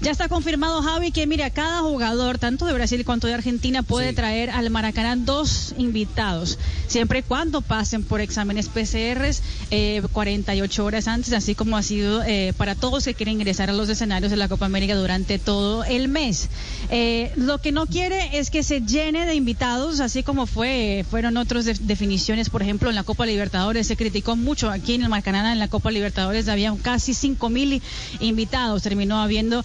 Ya está confirmado, Javi, que mira, cada jugador, tanto de Brasil cuanto de Argentina, puede traer al Maracaná dos invitados, siempre y cuando pasen por exámenes PCRs eh, 48 horas antes, así como ha sido eh, para todos que quieren ingresar a los escenarios de la Copa América durante todo el mes. Eh, lo que no quiere es que se llene de invitados, así como fue fueron otras de- definiciones, por ejemplo, en la Copa Libertadores se criticó mucho aquí en el Maracaná, en la Copa Libertadores había casi 5 mil invitados, terminó habiendo,